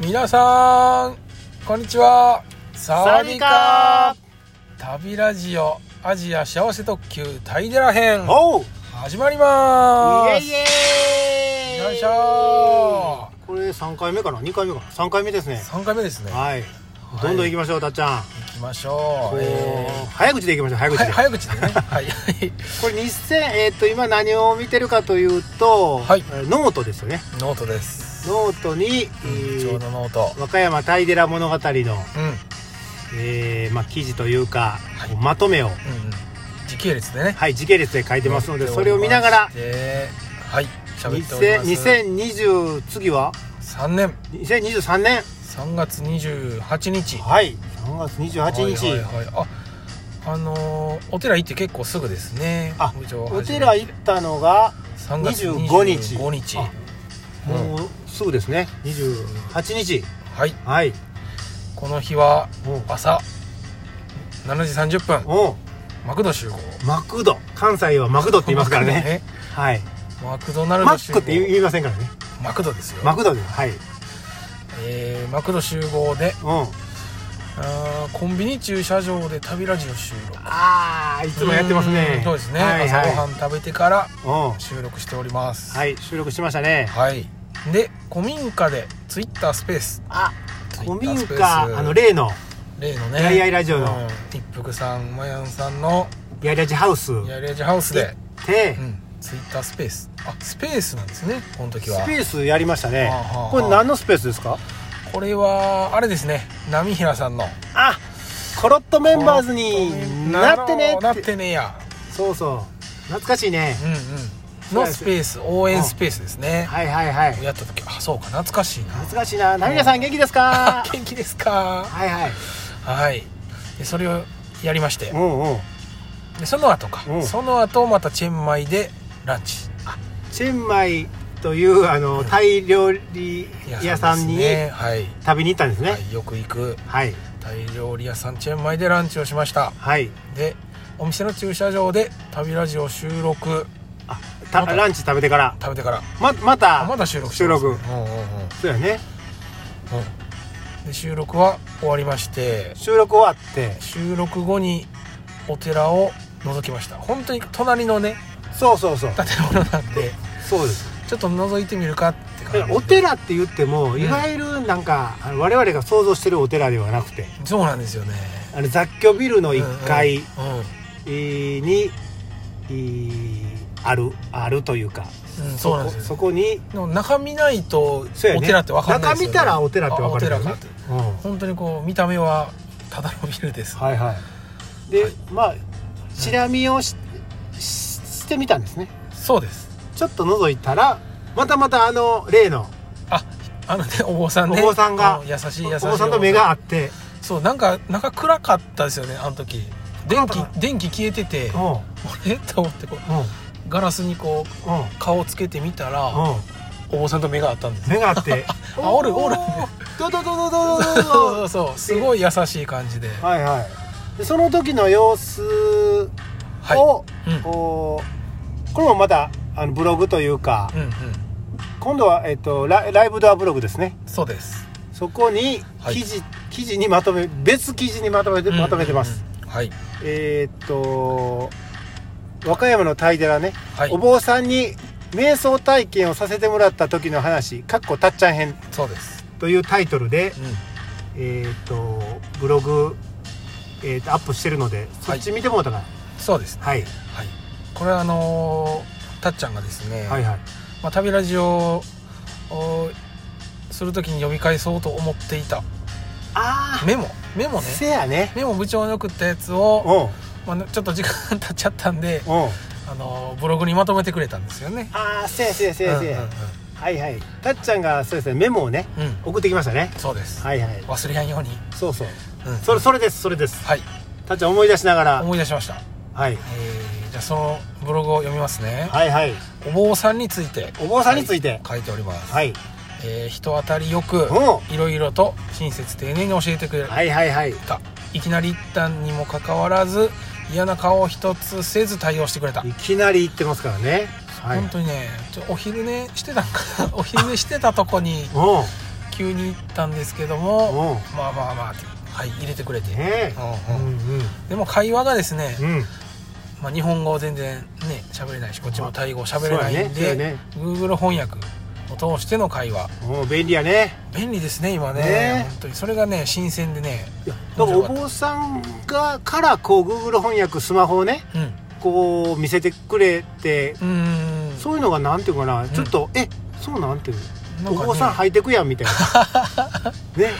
皆さんこんにちはサワディーカー旅ラジオアジア幸せ特急タイデラ編おう始まりまイエすイエイよいしょこれ3回目かな2回目かな3回目ですね3回目ですねはいどんどん行きましょうたっちゃん行きましょう、えこう早口で行きましょう早ーは口いで早口で ねはいこれ2000えっと今何を見てるかというとはいえーノートですよねノートですノートにえちょうーどノート和歌山大寺物語のうんうん、うん、えーまあ記事というかこうまとめを時系列でねはい時系列で書いてますので載ってそおれりまを見ながらしてはい喋っております2020次は3年2023年3月28日はい3月28日、はいはいはいああのーお寺行って結構すぐですねあ部長お寺行ったのが3月25日25日あもうすぐですね28日はいはいこの日はおう朝7時30分おうマクド集合マクド関西はマクドって言いますからね はいマクドナルマド集ッ合クって言いませんからねマクドですよマクドですはいえーマクド集合でうんあーコンビニ駐車場で旅ラジオ収録ああいつもやってますねうんそうですね、はいはい朝ごはん食べてからうん収録しておりますはい収録しましたねはいで古民家でツイッタースペースあ古民 Twitter スペ家ースあの例の例のねやいやいラジオのうん一服さんまやんさんのやりやじハウスやいやいハウスで、でうん、ツイッタースペースあスペースなんですねこの時スはペースやりましたねはあはあこれ何のスペースですかこれはあれですね波平さんのあコロッとメンバーズになってねなっっててねやそうそう懐かしいねうんうんのスペース応援スペースですね、はいはいはいやった時あそうか懐かしいな懐かしいな涙さん元気ですか元気ですかはいはいはいでそれをやりましてうんうんでその後か、うんその後またチェンマイでランチチェンマイというあのタイ料理屋さんにですねはい、旅に行ったんですはねい、よく行くはいタイ料理屋さんチェンマイでランチをしましたはいでお店の駐車場で旅ラジオ収録あたまたランチ食べてから食べてからままあたまだ収録して収ますう録んうんうんうんそうやねで収録は終わりまして収録終わって収録後にお寺を覗きました本当に隣のねそうそうそう建物なんでそうですちょっと覗いてみるかって感だかじらお寺って言ってもいわゆるなんかあの我々が想像してるお寺ではなくてそうなんですよねあの雑居ビルの1階うんうん、えーにえーあるあるというかうんうんそうなんですよ、ねそこそこにでも中見ないとおそうやね寺って分かんないですよ、ね、中見たらお寺って分かるあよおね寺かってうん本当にこう見た目はただのビルです、はいはいで、まあチラ見をしししてみたんですねそうですちょっと覗いたらまたまたあの例のああのねお坊さんねお坊さんがあの優しいお優しい坊さんと目が合ってそうなんか中暗かったですよねあの時電暗かった気電気消えててうんうんうんあれ と思ってこうガラスにこう顔をつけてみたらうんお坊さんと目が合ったん です目が合ってあおるおるドドドドドそドうそドうそうすごい優しい感じではいはいでその時の様子を、はいうんこうこれもまたあのブログというか、うんうん今度は、えっとラライブドアブログですねそうですそこにはい記事、記事にまとめ別記事にまとめてまとめてます、うんうんはいえーっと和歌山の大寺ね、はいお坊さんに瞑想体験をさせてもらった時の話「かっこたっちゃん編そうです」というタイトルで、うえーっとブログ、えーっとアップしてるのでそっち見てもらったかなんそうですはい、はいこれはあのーたっちゃんがですねはいはいまあ、旅ラジオをするときに読み返そうと思っていたあメモメモあねせやねメモ部長に送ったやつを、うんうんまあ、ちょっと時間経っちゃったんで、あのブログにまとめてくれたんですよねああせやせやせやせや、うんうんはいはいたっちゃんがそうですねメモをねうん、うん送ってきましたねそうです、はいはい忘れないように、そうそううんそれそれですそれですはいたっちゃん思い出しながら、思い出しました、はい、えーじゃあそのブログを読みますね、はいはいお坊さんについてお坊さんについて書いております、はい、えー人当たりよくうんいろいろと親切丁寧に教えてくれるはいはいはいったいきなり行ったにもかかわらず嫌な顔を一つせず対応してくれた、いきなり行ってますからねは い本当にねちょお昼寝してたんかなお昼寝してたとこにおう急に行ったんですけども、おうまあまあまあってはい入れてくれて、うねえうんうんんでも会話がですね、うんまあ、日本語全然ね喋れないしこっちもタイ語喋れないんそうやで、ね Google 翻訳を通しての会話うんおう便利やね便利ですね今ねね本当にそれがね新鮮でねいやだからお坊さんがからこう Google 翻訳スマホをねうんこう見せてくれてうーんそういうのがなんていうかな、んちょっとえそうなんていうなんおかね坊さんハイテクやんみたい なね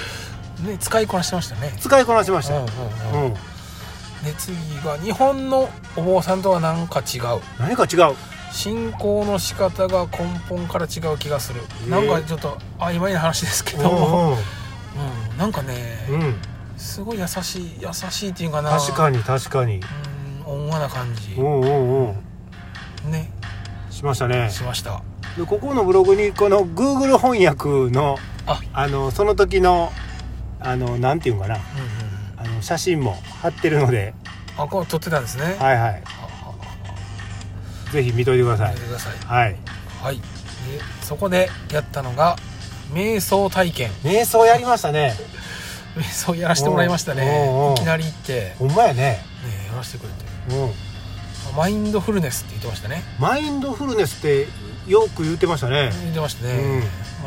ね使いこなしてましたね使いこなしましたよ、うんうんううんんで次が日本のお坊さんとは何か違う何か違う信仰の仕方が根本から違う気がする、えなんかちょっと曖昧な話ですけども、うん、なんかね、うんうんすごい優しい優しいっていうかな確かに確かにうん温和な感じうんうんうんねしましたねしましたでここのブログにこの Google 翻訳のああのその時のあのなんていうんかなうんうんうんあの写真も貼ってるのであこう撮ってたんですねははいはいあはぜひ見といてくだあはあさい見てくださいはいはいでそこでやったのが瞑想体験瞑想やりましたね瞑想やらせてもらいましたおうおうおねういきなり行って、ね、ほんまやねやらせてくれてうんマインドフルネスって言ってましたねマインドフルネスってよく言ってましたね言ってましたね、うまんあ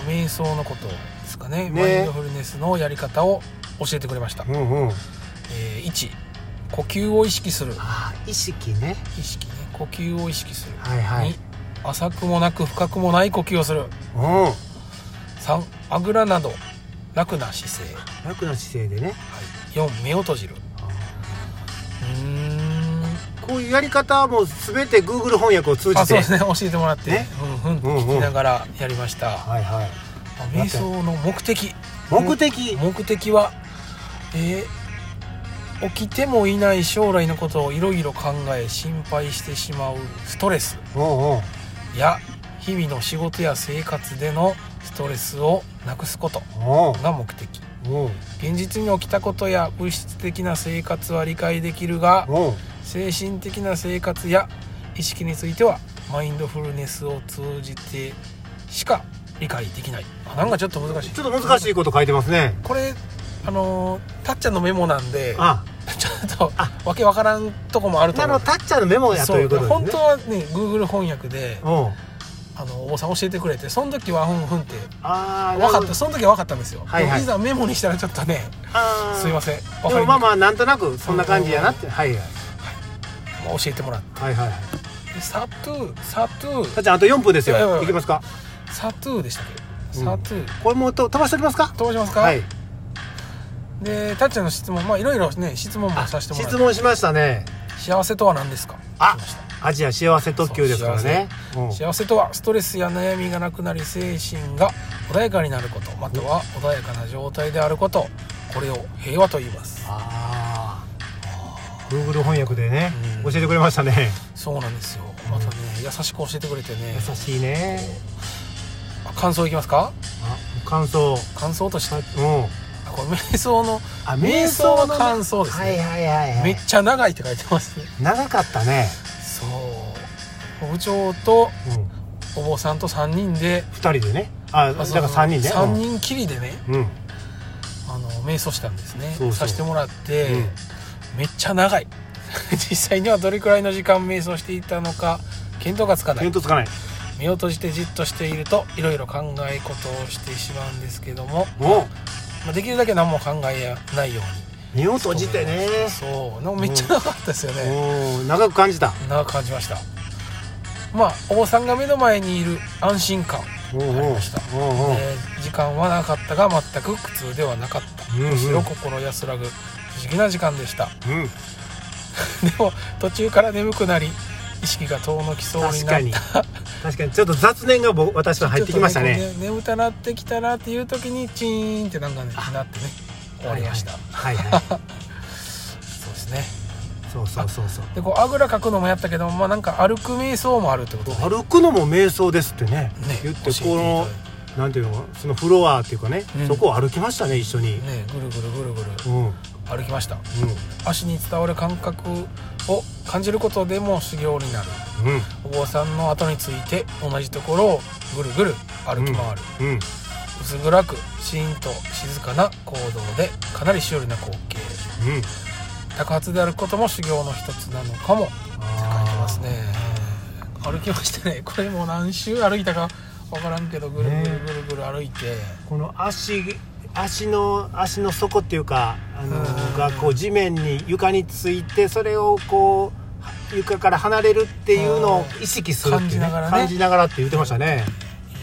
瞑想のことですかねねマインドフルネスのやり方を教えてくれました、うんうんえー1呼吸を意識するああ意識ね意識ね呼吸を意識する、はいはい2浅くもなく深くもない呼吸をするうん3あぐらなど楽な姿勢、は楽な姿勢でねい、4目を閉じるうーんこういうやり方も全て Google 翻訳を通あそじうてですね教えてもらって、ねうんうんと聞きながらやりました、はいはいまあ瞑想の目的目的目的は、えー起きてもいない将来のことをいろいろ考え心配してしまうストレスうんうんや日々の仕事や生活でのストレスをなくすことおが目的おお現実に起きたことや物質的な生活は理解できるがお精神的な生活や意識についてはマインドフルネスを通じてしか理解できないあなんかちょっと難しいちょっと難しいこと書いてますねこれあのーたっちゃんのメモなんであちょっとわけわからんとこもあるとな思のうたっちゃんのメモやとそいううことですね本当はね Google 翻訳でうんあのお坊さん教えてくれてその時はふんふんってああ分かったその時は分かったんですよ、はいはでいもざメモにしたらちょっとねあーすいません分でかもりまあままあなんとなくそんな感じやなってはいはい教えてもらってはいはいでサトゥーサトゥーたっちゃんあと4分ですいやいやいよやいきますかサトゥーでしたっけ、うんサトゥーこれもうと飛ばしておきますかどうしますか、はいでたっちゃんの質問まあいろいろね質問もあさせてもらっ質て問しましたね幸せとは何ですか聞あきましたアジア幸せ特急ですからねうん幸せとはストレスや悩みがなくなり精神が穏やかになることまたは穏やかな状態であることこれを平和と言いますああ Google 翻訳でねう教んえてくれましたねそうなんですよまたね優しく教えてくれてね優しいねあ感想いきますかあ感想感想としてあうんこれ瞑想のあ瞑想の感想ですねはいはいはいはめいっちゃ長いって書いてますね長かったねそう部長とうんお坊さんと3人で二人でねあだまあかそのら三人ね三人きりでねうんうんあの瞑想したんですねそうそうさせてもらって、うんめっちゃ長い 実際にはどれくらいの時間瞑想していたのか見当がつかな見い当つかない目を閉じてじっとしているといろいろ考え事をしてしまうんですけども、もまあ、できるだけ何も考えないようう見を閉にじてねそうなんかめっちゃ長かったですよね、うん長く感じた長く感じましたまあお坊さんが目の前にいる安心感、うんうんうんありうんましたえー時間はなかったが全く苦痛ではなかった、うんうんむしろ心安らぐ不思議な時間でしたうんでも途中から眠くなり意識が遠のきそうに確なかっにた確かにちょっと雑念が僕私は入ってきましたちょっねとねこう眠たなってきたなっていう時にチーンってなんかねなってね終わりました、はいはいそうですねそうそうそ うそうでこうあぐらかくのもやったけどまあなんか歩く瞑想もあるってことで歩くのも瞑想ですってねね言っ教てえていこのなんていうのそのフロアっていうかねうんそこを歩きましたね一緒にただいてねぐるぐるぐるぐるうんうん歩きました足に伝わる感覚を感じることでも修行になるお坊さんの後について同じところをぐるぐる歩き回る、うんうん薄暗くシーンと静かな行動でかなり秀利な光景うん高発であることも修行の一つなのかもって書いてますね歩きましたねこれもう何周歩いたか分からんけどぐるぐるぐるぐる歩いて、この足足の足の底っていうかあのうんがこう地面に床についてそれをこう床から離れるっていうのを意識するっていう、感じながらね感じながらって言ってましたね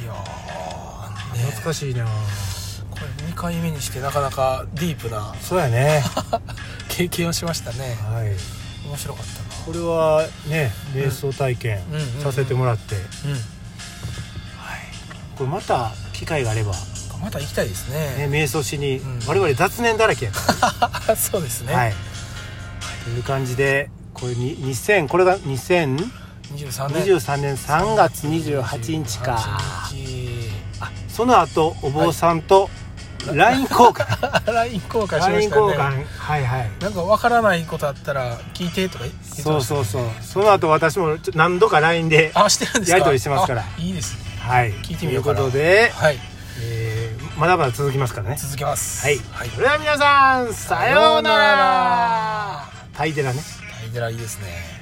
いやーね懐かしいなこれ2回目にしてなかなかディープなそうやね経験をしましたねはい面白かったこれはね瞑想体験うんうんうんさせてもらって、なうんはい、これまた機会があれば、また行きたいですね、ね瞑想しに、うん我々雑念だらけやから そうですね、はい、という感じでこれに2000これが2023 23年年3月28日か28あその後お坊さんと LINE 交換 日 LINE 交換しましたね LINE 交換はいはいなんかわからないことあったら聞いてとか言ってましたそうそうそうその後私もちょ何度か LINE であしてるんですかやり取りしてますからあいいですねはい聞いてみようかなということで、はいえーまだまだ続きますからね続けますはい、はいそれでは皆さんささようならようならタイデラね大寺いいですね